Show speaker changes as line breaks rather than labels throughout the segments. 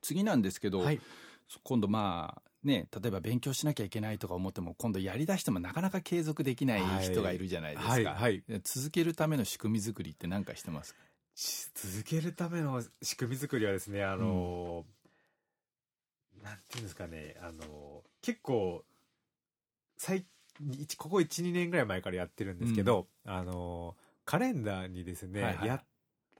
次なんですけど、
はい
今度まあね例えば勉強しなきゃいけないとか思っても今度やりだしてもなかなか継続できない人がいるじゃないですか、
はいはい
続けるための仕組み作りって何かしてますか
し続けるための仕組み作りはですねあのーなんていうんですかねあのー結構最一ここ12年ぐらい前からやってるんですけど、あのーカレンダーにですね、
はいはい
や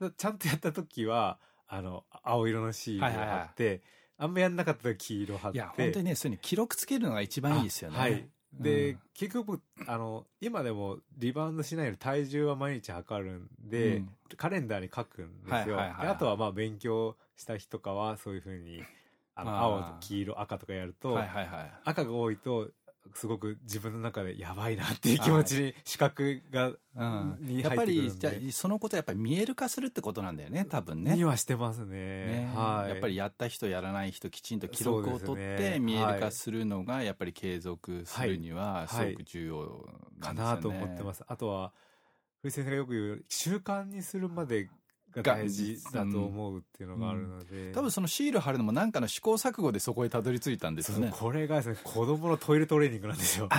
っちゃんとやった時はあの青色のシールを
はいはいはい
貼って、あんまやんなかったら黄色貼っ
い
て
や本当にねそういうの記録つけるのが一番いいですよね。
あはい。で、
うん
結局僕、あの、今でもリバウンドしないより体重は毎日測るんで、
うん
カレンダーに書くんですよ。
はいはいはいはい
であとはまあ勉強した日とかはそういうふうに、あの、
あー
青と黄色、赤とかやると、
はいはいはい。
赤が多いと、すごく自分の中でやばいなっていう気持ちに、視覚が、
うん、やっ
に入っ
ぱ
てくる
り
ん
じゃ
で、
あそのことやっぱり見える化するってことなんだよね多分ね
にはしてますね。
ね
はい。
やっぱりやった人やらない人きちんと記録を
そう
取
で
っ
す
て
ね
見える
は
化
い
するのがやっぱり継続するにはすごく重要な
か
ん
な
です
と
よね。。
思ってますす。あとは、古井先生がよく言う、習慣にするまでが大事だと思うっていうのがあるので。
多分そのシール貼るのもなんかの試行錯誤でそこへたどり着いたんです
そう
よね。
これがですね、子供のトイレトレーニングなんですよ。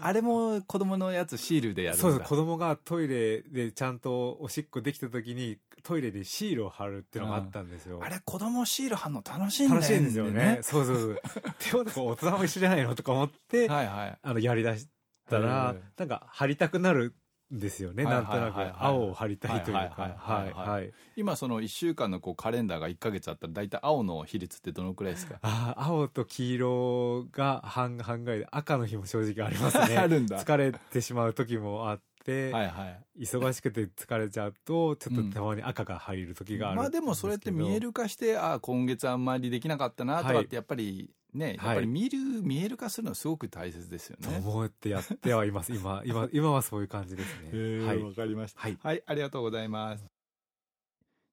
あれも子供のやつシールでやるんだ。
そうです。子供がトイレでちゃんとおしっこできた時に、トイレでシールを貼るっていうのがあったんですよ。
あれ子供シール貼るの楽しいんだよ
楽
ね。
しいんですよね。。そうそうそう。って ことは大人も一緒じゃないのとか思って、
はいはい。
あの、やりだしたら
へえ、
なんか貼りたくなるんですよね。
はいは
ないん
は
と
いはい
なく。青を貼りたいというか。
はいはいはいはい
はい。
今その1週間のこうカレンダーが1ヶ月あったら大体青の比率ってどのくらいですか
ああ、青と黄色が半々ぐらいで、赤の日も正 直ありますね。
あるんだ
疲れてしまう時もあって、
はいはい。
忙しくて疲れちゃうと、ちょっとたまに赤が入る時がある
まあでもそれって見える化して、ああ、今月あんまりできなかったなとかってやっぱりね、
はい
やっぱり見る、見える化するのはすごく大切ですよ
と
ね。
思ってやってはいます。今、 今、今はそういう感じですね。はい。
かりました。
はい。
はい、ありがとうございます。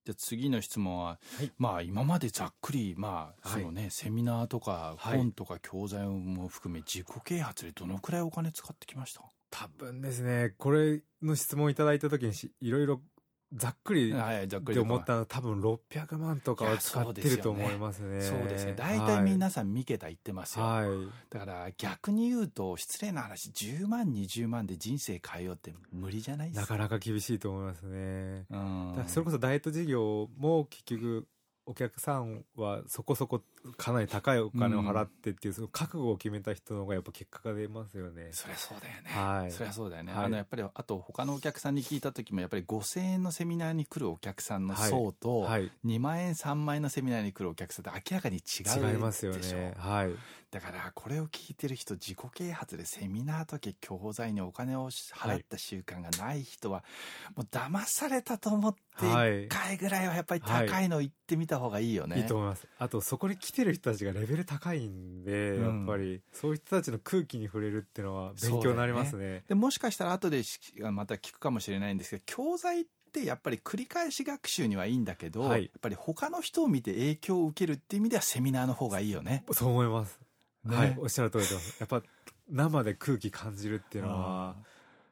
じゃあ次の質問は、
はい
まあ今までざっくり、まあそ
はい
のね、セミナーとか
はい
本とか教材も含め自己啓発でどのくらいお金使ってきました
多分ですね、これの質問いただいた時にし、いろいろざっくりっ
はい、ざっくりと
て思ったのは多分600万とかは使ってると思いますね。
そうですね。大体皆さん三桁言ってますよ。
はい。はい
だから逆に言うと失礼な話10万20万で人生変えようって無理じゃないで
な
すか。
かなか厳しいと思いますね。
うん
だからそれこそダイエット事業も結局お客さんはそこそこかなり高いお金を払ってっていうその覚悟を決めた人の方がやっぱ結果が出ますよね。
そりゃそうだよね。
はい
そりゃそうだよね。
はい
あのやっぱりあと他のお客さんに聞いた時もやっぱり5,000円のセミナーに来るお客さんの
はい
層と、
はい。
2万円3万円のセミナーに来るお客さんって明らかに違う
違いますよ
でしょ
ね。はい。
だからこれを聞いてる人自己啓発でセミナーとか教材にお金を払った習慣がない人は、もう騙されたと思って
は
1
い
回ぐらいはやっぱり高いの行ってみた方がいいよね。
いいと思います。あとそこに来てる人たちがレベル高いんで、
うん
やっぱりそういう人たちの空気に触れるっていうのは勉強になりますね。
でもしかしたら後でしまた聞くかもしれないんですけど教材ってやっぱり繰り返し学習にはいいんだけど、
はい
やっぱり他の人を見て影響を受けるって意味ではセミナーの方がいいよね。
そう思います。
ね
はい。おっしゃる通りです。やっぱ生で空気感じるっていうのは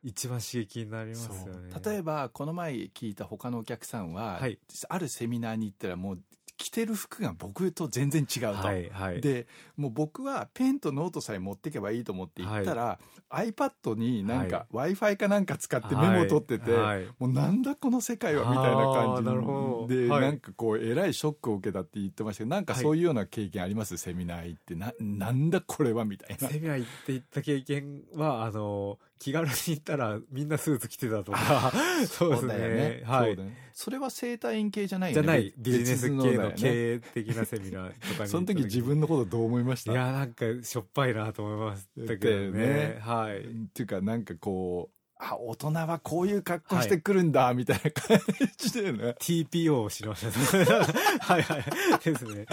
一番刺激になります
そう
よね。
例えばこの前聞いた他のお客さんは、
はい
あるセミナーに行ったらもう着てる服が僕と全然違うと。
はいはい。
でもう僕はペンとノートさえ持ってけばいいと思って行ったら、iPad になんか w i f i かなんか使ってメモを取ってて、
はいはい
もうなんだこの世界はみたい
あーなる
な感
ほど
じで
はい
なんかこうえらいショックを受けたって言ってましたけどなんかそういうような経験あります、セミナー行ってななんだこれはみたいな。
セミナー行って行った経験は、あの、気軽に行ったらみんなスーツ着てたとか、そうですね。は
そう
い
だ。よねそれは生態院系じゃない
じ
よ
ゃ
ね
ないビジネス系の
営、
経営的なセミナーとかに行った。
その時自分のことどう思いまし
い
た
や、なんかしょっぱいなと思いましたけど
だよね
ね。はい。
っていうかなんかこうあ大人はこういう格好してくるんだ、みたいな感じだよね
TPO をしました。 はいはい。ですね。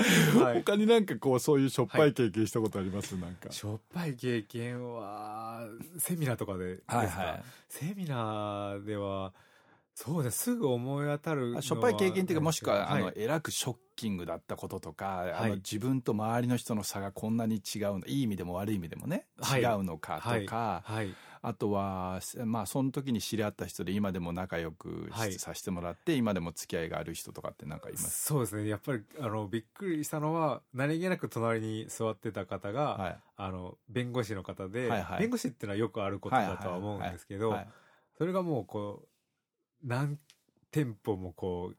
はい。
他になんかこうそういうしょっぱい経験したことあります、なんか
しょっぱい経験は、セミナーとかでですか、
はいはい
セミナーでは、そうです。すぐ思い当たるのは。
しょっぱい経験っていうか、もしくは、あの
い、
えらくショッキングだったこととか、あ
はい
の自分と周りの人の差がこんなに違うの、いい意味でも悪い意味でもね、
はい
違うのかとか、
はい。
あとは、まあ、その時に知り合った人で今でも仲良くし
はい
させてもらって、今でも付き合いがある人とかってなんかいます。
そうですね。やっぱり、あの、びっくりしたのは、何気なく隣に座ってた方が、
はい。
あの、弁護士の方で、
はいはい
弁護士ってのはよくあることだとは思うんですけど、
はい
それがもうこう、何店舗もこう、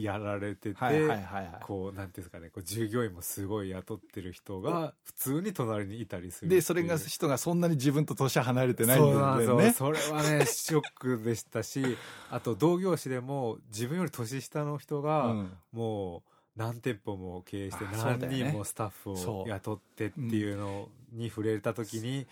やられてて、
はいはいはいはい。
こう、なんていうんですかね、こう従業員もすごい雇ってる人が、普通に隣にいたりするっていう。
で、それが人がそんなに自分と年離れてないん
そうな
だ
んです
よ
よ、
ね。
それはね、ショックでした し、あと同業種でも、自分より年下の人
う
が、
ん
もう何店舗も経営して
あそう
何
だよね
人もスタッフ
そ
を
う
雇ってっていうのに触れた時に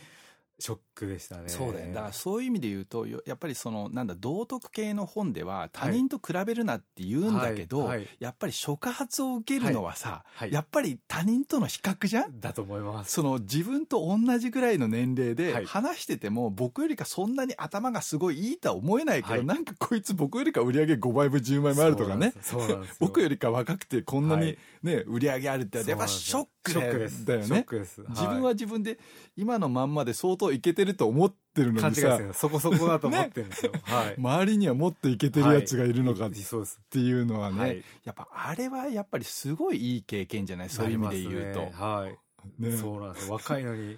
ショックでしたね。
そうだよね。だからそういう意味で言うと、よやっぱりその、なんだ、道徳系の本では他
はい
人と比べるなって言うんだけど、
はいはい
やっぱり触発を受けるのはさ、
はい
やっぱり他人との比較じゃん
だと思います。
その自分と同じぐらいの年齢
は
で
い
話してても僕よりかそんなに頭がすごいいいとは思えないけど、
はい
なんかこいつ僕よりか売り上げ5倍分10倍もあるとかね。
そうなんですよ。
僕よりか若くてこんな
はい
にね、売り上げあるってやっぱショックだ
ショック
よ
です。
だよ
ショッ
ね。
クです。い
自分は自分で今のまんまで相当いけてると思ってるの
勘違
に
いで
さ
す、よ。そこそこだと思ってるんですよ。 はい。
周りにはもっといけてるやつがいるのかっ
そうです。
ていうのはね、
はい。
やっぱあれはやっぱりすごいいい経験じゃないそういう意味で言うと。
なりますねはい。
ね
そうなんですよ若いのに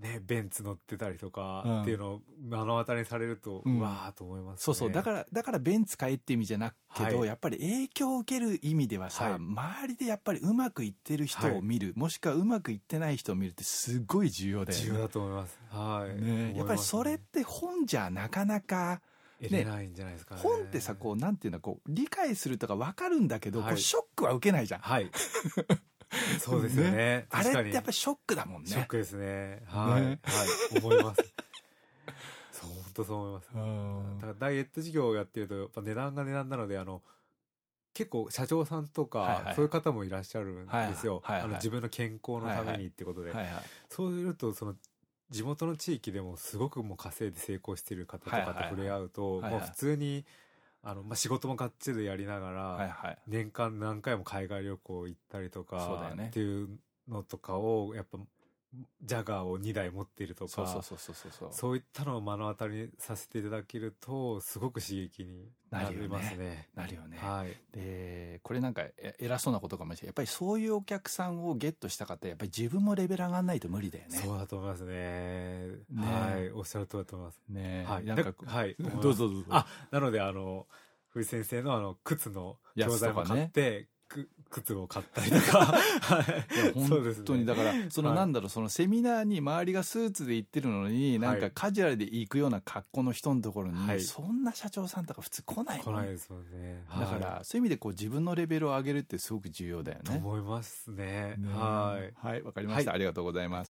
ねベンツ乗ってたりと
うん
かっていうのを目の当たりにされると、
う
うんわーと思います、ね、
そうそう、だから、だからベンツ買えって意味じゃなくけど、
はい
やっぱり影響を受ける意味ではさ、
はい
周りでやっぱりうまくいってる人を見る、もしくはうまくいってない人を見るってすごい重要だよね。
重要だと思いますは
ね
い、思いますね
やっぱりそれって本じゃなかなか、
得れないんじゃないですかね
本ってさ、こう、なんていうの、こう、理解するとかわかるんだけど、
はい
こうショックは受けないじゃん。
はい そうですよね
あれ
確か
っ
に
てやっぱりショックだもん
ショッ
ね。
クですねはい、
ね
はい思います そう本当そう思います
うん
だからダイエット事業をやってるとやっぱ値段が値段なのであの結構社長さんとか、
はいはい
そういう方もいらっしゃるんですよ、
はいはいはいはい
あの自分の健康のためにってことで、
はいはい。
そうするとその地元の地域でもすごくもう稼いで成功している方とかと触れ合うと、
はいはいはい
もう普通にあの、まあ、仕事もがっちりやりながら、
はいはい。
年間何回も海外旅行行ったりと
そうだ
か
よね
っていうのとかをやっぱジャガーを2台持っているとか
そうそうそうそうそう。
そういったのを目の当たりにさせていただけるとすごく刺激になりますね。
なるよね。
はい、
でこれなんかえ偉そうなことかもしれないやっぱりそういうお客さんをゲットした方やっぱり自分もレベル上がんないと無理だよね。
そうだと思いますね。
ね
はい、おっしゃる通りだと思います。
ね
はい、
なんか
だはい、思いま す
どうぞどうぞ。
あなのであの古井先生のあの靴の教材も買って、く靴を買ったりとかはい
いや
そうで
本
すね
当にだからその
はい
なんだろうそのセミナーに周りがスーツで行ってるのになん
は
か
い
カジュアルで行くような格好の人のところ
は
に
い
そんな社長さんとか普通来ない
来
もん
ない
ね
ですもんね
だか
は
らそういう意味でこう自分のレベルを上げるってすごく重要だよ
いと
ね。
思いますね
ね
はい
はいわかりましたありがとうございます。